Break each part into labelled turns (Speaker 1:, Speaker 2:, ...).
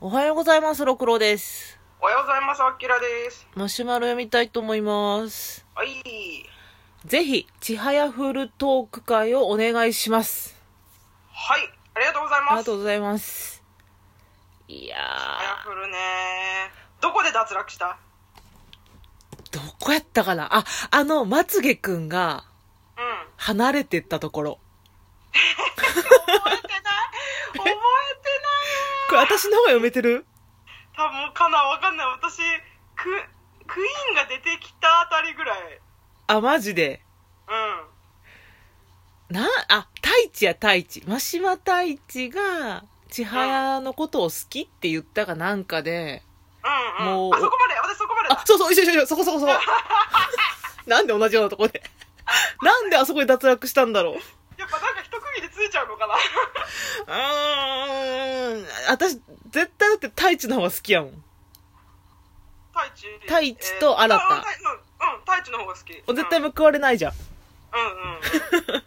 Speaker 1: おはようございます、ろくろです。
Speaker 2: おはようございます、あきらです。
Speaker 1: マシュマロ読みたいと思います。
Speaker 2: はい。
Speaker 1: ぜひ、ちはやふるトーク会をお願いします。
Speaker 2: はい、ありがとうござい
Speaker 1: あり
Speaker 2: ま
Speaker 1: が
Speaker 2: す。
Speaker 1: とうございます。いや
Speaker 2: あやふるねどこで脱落した
Speaker 1: ー、どこやったかなあ、あの、まつげくんが
Speaker 2: うん。
Speaker 1: 離れてったところ。
Speaker 2: 覚えてない覚えてないよ
Speaker 1: これ私の方が読めてる
Speaker 2: 多分かなわかんない。私、ク、クイーンが出てきたあたりぐらい。
Speaker 1: あ、マジで。
Speaker 2: うん。
Speaker 1: な、あ、太一や太一。マシマ太一が、ちはやのことを好きって言ったかなんかで、
Speaker 2: うんうん。
Speaker 1: もう
Speaker 2: あ、そこまで私そこまで
Speaker 1: あ
Speaker 2: だ、。
Speaker 1: そうそう、一緒一緒一緒、そこそ こそこ。なんで同じようなとこで。なんであそこで脱落したんだろう。う
Speaker 2: やっぱなんか一区切りついちゃうの かな
Speaker 1: ーん。私、絶対だって太一の方が好きやもん。
Speaker 2: 太一。
Speaker 1: 太一と新
Speaker 2: た
Speaker 1: た
Speaker 2: うん、うん、太一の方が好き。
Speaker 1: 絶対
Speaker 2: うん、
Speaker 1: 報われないじゃん。
Speaker 2: う んうん。い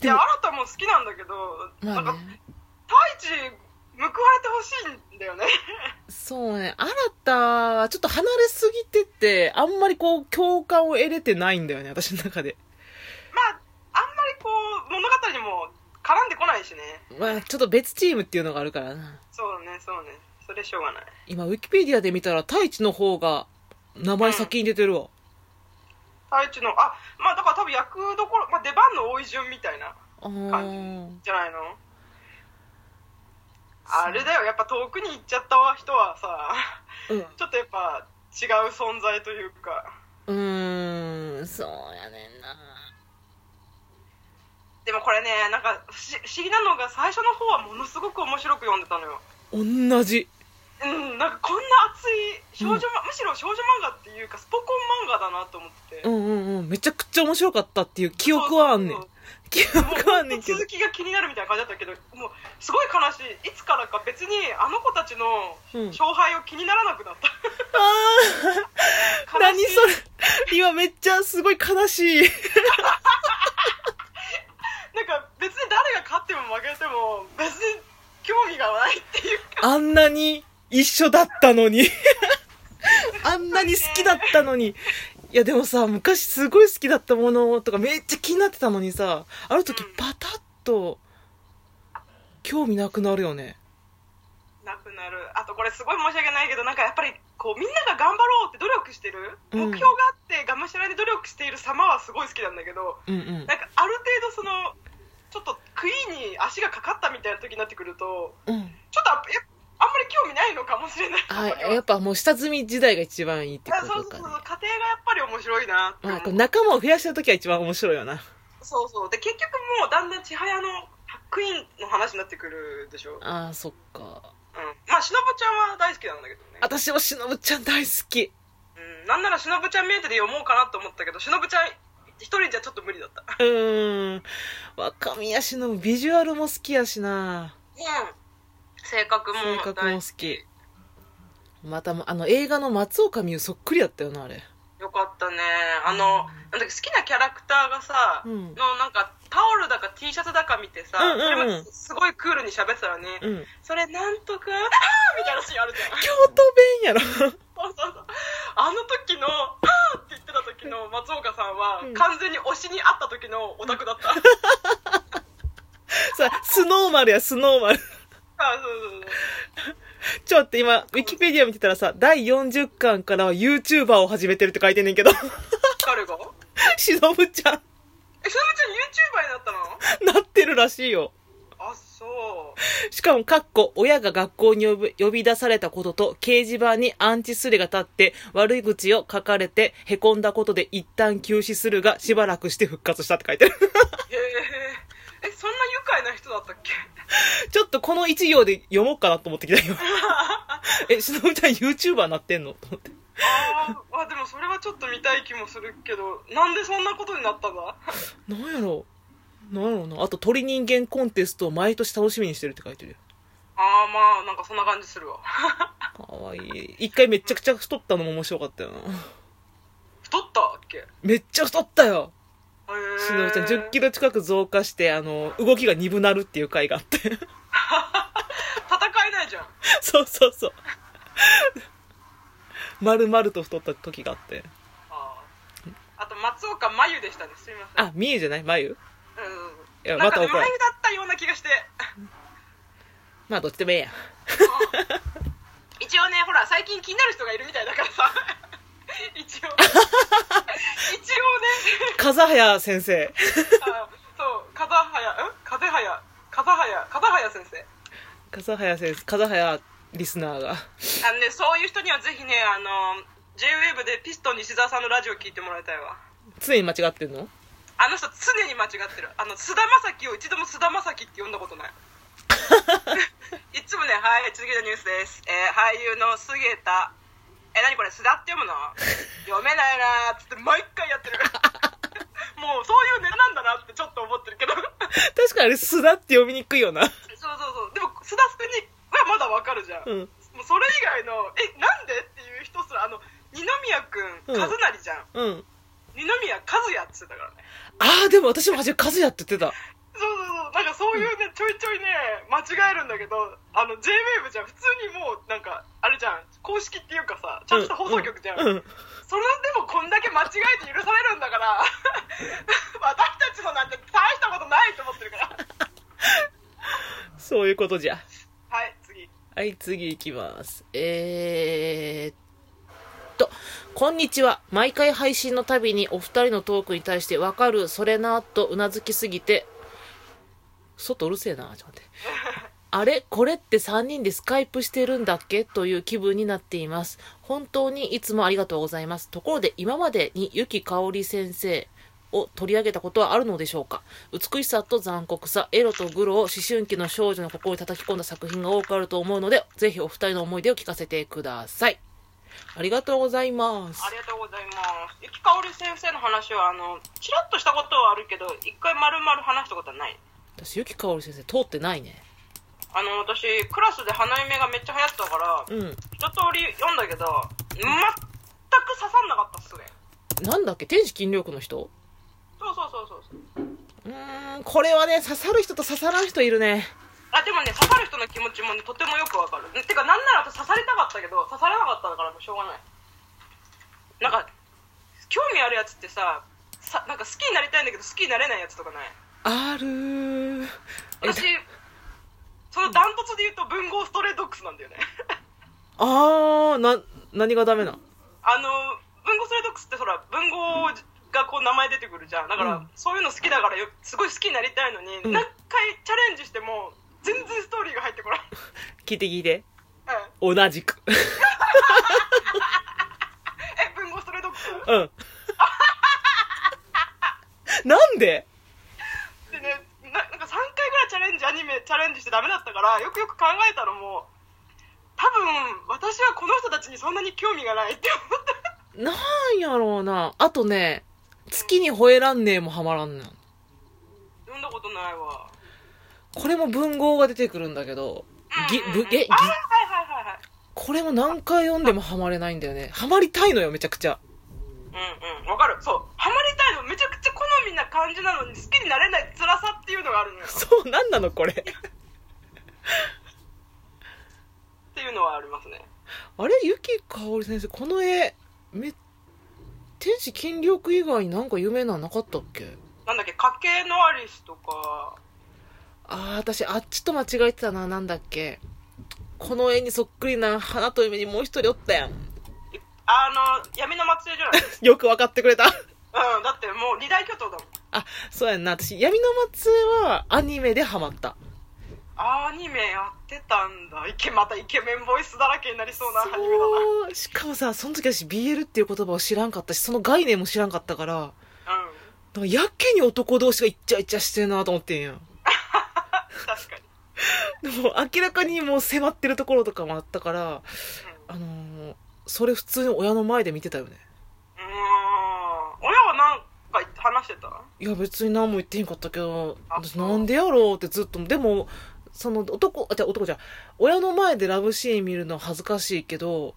Speaker 1: でも
Speaker 2: や、新たも好きなんだけど、
Speaker 1: ま
Speaker 2: な
Speaker 1: あ
Speaker 2: んか
Speaker 1: ね。
Speaker 2: 太一報われてほしいんだよね
Speaker 1: そうね。新たはちょっと離れすぎてて、あんまりこう、共感を得れてないんだよね、私の中で。
Speaker 2: まああんまりこう物語にも絡んでこないしね
Speaker 1: まあ、ちょっと別チームっていうのがあるからな。
Speaker 2: そうねそうねそれしょうがない
Speaker 1: 今、ウィキペディアで見たら、太一の方が、名前先に出てるわ。
Speaker 2: 太一のあまあだから多分役どころ、まあ、出番の多い順みたいな
Speaker 1: あー
Speaker 2: 感じじゃないのあれだよやっぱ遠くに行っちゃった人はさ
Speaker 1: うん。
Speaker 2: ちょっとやっぱ違う存在というか
Speaker 1: うーん、そうやねんな。
Speaker 2: でもこれねなんか不思不思議なのが最初の方はものすごく面白く読んでたのよ
Speaker 1: 同じ。
Speaker 2: うん、なんかこんな熱い少女、まむしろ少女漫画っていうかスポコン漫画だなと思って
Speaker 1: う
Speaker 2: て、
Speaker 1: んうんうん。めちゃくちゃ面白かったっていう記憶はあんねん
Speaker 2: そう。
Speaker 1: 記憶 はあんねんけど
Speaker 2: 続。きが気になるみたいな感じだったけどもうすごい悲しいいつからか別にあの子たちの
Speaker 1: うん
Speaker 2: 勝敗を気にならなくなった、
Speaker 1: あー
Speaker 2: 悲
Speaker 1: 何
Speaker 2: しい
Speaker 1: それ今めっちゃすごい悲しい。
Speaker 2: なんか別に誰が勝っても負けても別に興味がないっていう
Speaker 1: あんなに一緒だったのに。あんなに好きだったのに。いやでもさ、昔すごい好きだったものとかめっちゃ気になってたのにさ、ある時
Speaker 2: うん
Speaker 1: パタッと興味なくなるよね。
Speaker 2: なくなるあとこれすごい申し訳ないけどなんかやっぱりこうみんなが頑張ろうって努力してる、
Speaker 1: うん
Speaker 2: 目標があってがむしゃらに努力している様はすごい好きなんだけど
Speaker 1: うんうん。
Speaker 2: なんかある程度そのちょっとクイーンに足がかかったみたいな時になってくると
Speaker 1: うん。
Speaker 2: ちょっとあやあんまり興味ないのかもしれない
Speaker 1: あ
Speaker 2: これは
Speaker 1: やっぱもう下積み時代が一番いいって
Speaker 2: あ
Speaker 1: こ
Speaker 2: そう
Speaker 1: と
Speaker 2: そうそう家
Speaker 1: か
Speaker 2: 庭
Speaker 1: ね
Speaker 2: がやっぱり面白いなって
Speaker 1: まあ、こ
Speaker 2: 思
Speaker 1: う
Speaker 2: う
Speaker 1: 仲間を増やした時は一番面白いよな
Speaker 2: そうそうで結局もうだんだん千早のクイーンの話になってくるでしょ、うん、
Speaker 1: あーそっか
Speaker 2: まあしのぶちゃんは大好きなんだけどね
Speaker 1: 私はしのぶちゃん大好き
Speaker 2: うん、なんならしのぶちゃん目当てで読もうかなと思ったけどしのぶちゃん一人じゃちょっと無理だった
Speaker 1: うーん若宮しのぶビジュアルも好きやしな
Speaker 2: うん性格も
Speaker 1: 性格も
Speaker 2: 大
Speaker 1: 好きまたもあの映画の松岡美優そっくりやったよなあれ
Speaker 2: よかったねあのなんだっけ好きなキャラクターがさ、
Speaker 1: うん
Speaker 2: のなんかタオルだか T シャツだか見てさ、
Speaker 1: うんうんうん
Speaker 2: それもすごいクールに喋ってたらね、
Speaker 1: うん
Speaker 2: それなんとかあーみたいなシーンある じゃん
Speaker 1: 京都弁やろ
Speaker 2: そうそうそうあの時のあーって言ってた時の松岡さんは、
Speaker 1: うん
Speaker 2: 完全に推しに会った時のオタク だった、あ
Speaker 1: さスノーマルやスノーマル
Speaker 2: そうそうそう
Speaker 1: ちょっと待って今ウィキペディア見てたらさ第40巻からは YouTuber を始めてるって書いてんねんけど
Speaker 2: 誰が
Speaker 1: しのぶちゃん
Speaker 2: えしのぶちゃん YouTuber になった の
Speaker 1: なってるらしいよ
Speaker 2: あそう
Speaker 1: しかも、かっこ、親が学校に呼ぶ呼び出されたことと、掲示板にアンチスレが立って、悪口を書かれて、凹んだことで一旦休止するが、しばらくして復活したって書いてある。
Speaker 2: へええそんな愉快な人だったっけ
Speaker 1: ちょっとこの一行で読もうかなと思ってきたよ。え、しのぶちゃん YouTuber なってんのと思って。
Speaker 2: あーあでもそれはちょっと見たい気もするけどなんでそんなことになったんだ
Speaker 1: なんやろうなんやろうな。あと、鳥人間コンテストを毎年楽しみにしてるって書いてるよ。
Speaker 2: ああまあなんかそんな感じするわ
Speaker 1: かわいい。一回めちゃくちゃ太ったのも面白かったよな。
Speaker 2: 太ったっけへ
Speaker 1: めっちゃ太ったよ
Speaker 2: え
Speaker 1: しのぶちゃん10キ
Speaker 2: ロ
Speaker 1: ロ近く増加して、あの、動きが鈍なるっていう回があって。
Speaker 2: 戦い
Speaker 1: そうそうそう。 まるまると太った時があって。
Speaker 2: あーあと松岡真由でしたねすいません
Speaker 1: あ、三重じゃない眉い
Speaker 2: うん
Speaker 1: や
Speaker 2: なん
Speaker 1: また
Speaker 2: かね
Speaker 1: 怒ら
Speaker 2: 眉
Speaker 1: れる
Speaker 2: だったような気がして
Speaker 1: まあどっちでもええや。
Speaker 2: うん一応ねほら最近気になる人がいるみたいだからさ 一応一応ね
Speaker 1: 風早先生。
Speaker 2: あそう風早ん風早風早風早先生
Speaker 1: 風早先生、風早リスナーが。
Speaker 2: あのねそういう人にはぜひねあの JWAVE でピストン西澤さんのラジオ聞いてもらいたいわ
Speaker 1: 常に間違ってんの
Speaker 2: あの人常に間違ってるあの菅田将暉を一度も菅田将暉って呼んだことないいつもねはい続けてニュースです、えー俳優の菅田え何これ菅田って読むの読めないなーっつって毎回やってるもうそういうネタなんだなってちょっと思ってるけどそ
Speaker 1: 確かにあれ、すだって読みにくいよな。
Speaker 2: うそうそうでも菅田君にはまだわかるじゃん、
Speaker 1: うん。
Speaker 2: もうそれ以外の「えなんで?」っていう人すらあの二宮
Speaker 1: う
Speaker 2: 君
Speaker 1: ん
Speaker 2: 和成じゃん、
Speaker 1: うん。
Speaker 2: 二宮和也っつってたからね
Speaker 1: ああ、でも私も初め、風やって言ってた。
Speaker 2: そうそうそうなんかそういうね、ちょいちょいね間違えるんだけどあの JWAVE じゃん普通にもうなんかあれじゃん公式っていうかさちゃんとした放送局じゃん、
Speaker 1: うん。うん
Speaker 2: それでもこんだけ間違えて許されるんだから 私たちのなんて大したことないと思ってるから
Speaker 1: そういうことじゃ。
Speaker 2: はい次
Speaker 1: はい、次行きます。えーっと、こんにちは。毎回配信のたびにお二人のトークに対してわかる、それな、とうなずきすぎて、外うるせえな、ちょっと待って。あれこれって3人でスカイプしてるんだっけという気分になっています。本当にいつもありがとうございます。ところで今までにゆきかおり先生を取り上げたことはあるのでしょうか美しさと残酷さ、エロとグロを思春期の少女の心に叩き込んだ作品が多くあると思うので、ぜひお二人の思い出を聞かせてください。ありがとうございます
Speaker 2: あ。りがとうございますゆきかおり先生の話はあのチラッとしたことはあるけど一回まるまる話したことはない
Speaker 1: 私、ゆきかおり先生通ってないね。
Speaker 2: あの私クラスで花嫁がめっちゃ流行ってたから
Speaker 1: うん。
Speaker 2: 一通り読んだけど全く刺さんなかったっすね
Speaker 1: なんだっけ天使金力の人
Speaker 2: そうそうそうそうそ
Speaker 1: う
Speaker 2: う
Speaker 1: ーん、これはね、刺さる人と刺さらん人いるね。
Speaker 2: あでもね刺さる人の気持ちもねとてもよくわかるてかなんなら私刺されたかったけど刺されなかったからもうしょうがないなんか興味あるやつってささなんか好きになりたいんだけど好きになれないやつとかない
Speaker 1: あるー。え
Speaker 2: 私そのダントツで言うと文豪ストレイドッグスなんだよね
Speaker 1: あー、な、何がダメな
Speaker 2: あの文豪ストレイドッグスってほら文豪がこう名前出てくるじゃんだから、
Speaker 1: うん
Speaker 2: そういうの好きだからよすごい好きになりたいのに、
Speaker 1: うん
Speaker 2: 何回チャレンジしても全然ストーリーが入ってこない、 う
Speaker 1: 聞いて聞いて。
Speaker 2: ん、
Speaker 1: 同じく。
Speaker 2: え文豪ストレイドッグス
Speaker 1: うん。 なんで
Speaker 2: でねななんか3回ぐらいチャレンジアニメチャレンジしてダメだったからよくよく考えたのも多分私はこの人たちにそんなに興味がないって思った
Speaker 1: なんやろうな。あとね、月に吠えらんねえもハマらんねん。
Speaker 2: 読んだことないわ
Speaker 1: これも文豪が出てくるんだけど、ぎ、ぶ、え、ぎ
Speaker 2: あ、はいはいはいはい
Speaker 1: これも何回読んでもハマれないんだよね。ハマりたいのよ、めちゃくちゃ。
Speaker 2: うんうんわかるそうハマりたいのめちゃくちゃ好みな感じなのに好きになれない辛さっていうのがあるのよっ
Speaker 1: そう、なんなのこれ。
Speaker 2: ていうのはありますね
Speaker 1: あれゆきかおり先生、この絵、め、天使金力以外になんか有名なのなかったっけ
Speaker 2: なんだっけ家系のアリスとか
Speaker 1: あー、私、あっちと間違えてたな、なんだっけ。この絵にそっくりな花と夢にもう一人おったやん。
Speaker 2: いあの闇の末裔じゃない
Speaker 1: よく分かってくれた。
Speaker 2: うんだってもう二大巨頭だもん
Speaker 1: あ、そうやんな。私、闇の末裔はアニメでハマった。
Speaker 2: アニメやってたんだイケまたイケメンボイスだらけになりそうなアニメだな
Speaker 1: そうしかもさ、その時私 BL っていう言葉を知らんかったし、その概念も知らんかったから、
Speaker 2: うん
Speaker 1: なんかやけに男同士がイチャイチャしてんなと思ってんやん。
Speaker 2: 確かに、
Speaker 1: でも明らかにもう迫ってるところとかもあったから、
Speaker 2: うん、うーん
Speaker 1: あのー、それ普通に親の前で見てたよね。
Speaker 2: 親はなんか話してた
Speaker 1: いや別に何も言ってへんかったけど、
Speaker 2: あ
Speaker 1: 私なんでやろうってずっと、でも、その男、あ、じゃ男じゃん、親の前でラブシーン見るのは恥ずかしいけど、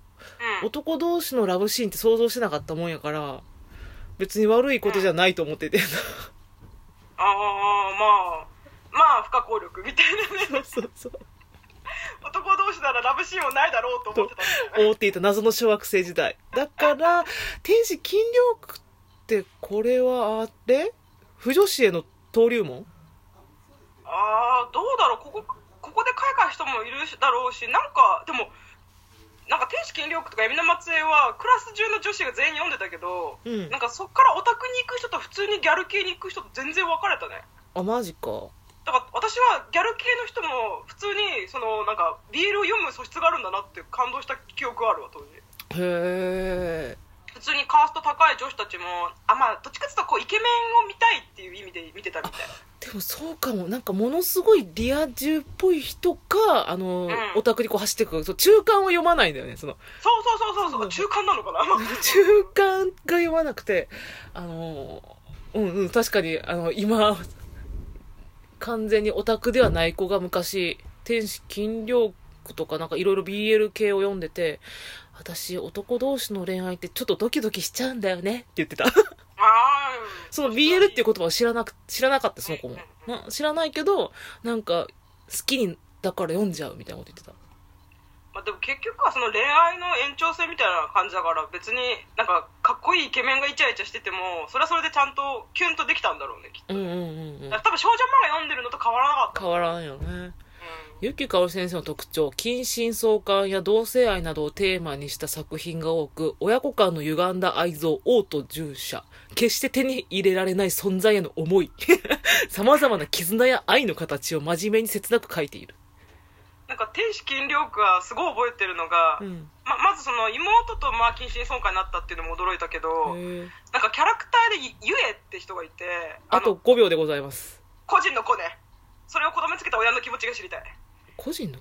Speaker 2: うん
Speaker 1: 男同士のラブシーンって想像してなかったもんやから、別に悪いことじゃないと思ってて。
Speaker 2: ああまあまあ不可抗力みたいなね
Speaker 1: そうそうそう。
Speaker 2: 男同士しならラブシーンもないだろうと思ってたんですよね
Speaker 1: 覆っていた謎の小学生時代。だから、天使金領区って、これはあれ不女子への登竜門
Speaker 2: ああどうだろうここここで海外人もいるだろうしなんかでもなんか天使権力とか闇の末裔はクラス中の女子が全員読んでたけど、
Speaker 1: うん
Speaker 2: なんかそっからオタクに行く人と普通にギャル系に行く人と全然分かれたね
Speaker 1: あ、マジか。
Speaker 2: だから私はギャル系の人も普通にそのなんか BL を読む素質があるんだなって感動した記憶があるわ当時
Speaker 1: へえ。
Speaker 2: 普通にカースト高い女子たちもあまあどっちかっていうとこうイケメンを見たいっていう意味で見てたみたい
Speaker 1: でもそうかも。なんかものすごいリア充っぽい人か、あの、
Speaker 2: ん
Speaker 1: オタクにこう走ってくる。そう中間は読まないんだよね。その、
Speaker 2: そうそうそうそうそう中間なの かな
Speaker 1: 中間が読まなくて、あの、うんうん、確かに、あの、今、完全にオタクではない子が昔、天使金領区とかなんかいろいろ BL 系を読んでて、私、男同士の恋愛ってちょっとドキドキしちゃうんだよねって言ってた。
Speaker 2: ああ
Speaker 1: その BL っていう言葉を知らなく、知らなかった、その子も。な知らないけど、なんか、好きに、だから読んじゃうみたいなこと言ってた。
Speaker 2: まあ、でも結局はその恋愛の延長線みたいな感じだから別になんかかっこいいイケメンがイチャイチャしててもそれはそれでちゃんとキュンとできたんだろうねきっと
Speaker 1: うんうんうんうん
Speaker 2: だ。から多分少女漫画読んでるのと変わらなかった、
Speaker 1: 変わらんよね。
Speaker 2: うん
Speaker 1: ゆきかおり先生の特徴、近親相関や同性愛などをテーマにした作品が多く、親子間の歪んだ愛憎、王と従者、決して手に入れられない存在への思い、 様々な絆や愛の形を真面目に切なく書いている。
Speaker 2: なんか天使金領区はすごい覚えてるのが、
Speaker 1: うん。
Speaker 2: ままずその妹とまあ近親相姦になったっていうのも驚いたけど
Speaker 1: へえ
Speaker 2: なんかキャラクターでゆゆえって人がいてあ
Speaker 1: あ
Speaker 2: の
Speaker 1: と5秒でございます。
Speaker 2: 個人の子ねそれを子供につけた親の気持ちが知りたい
Speaker 1: 個人の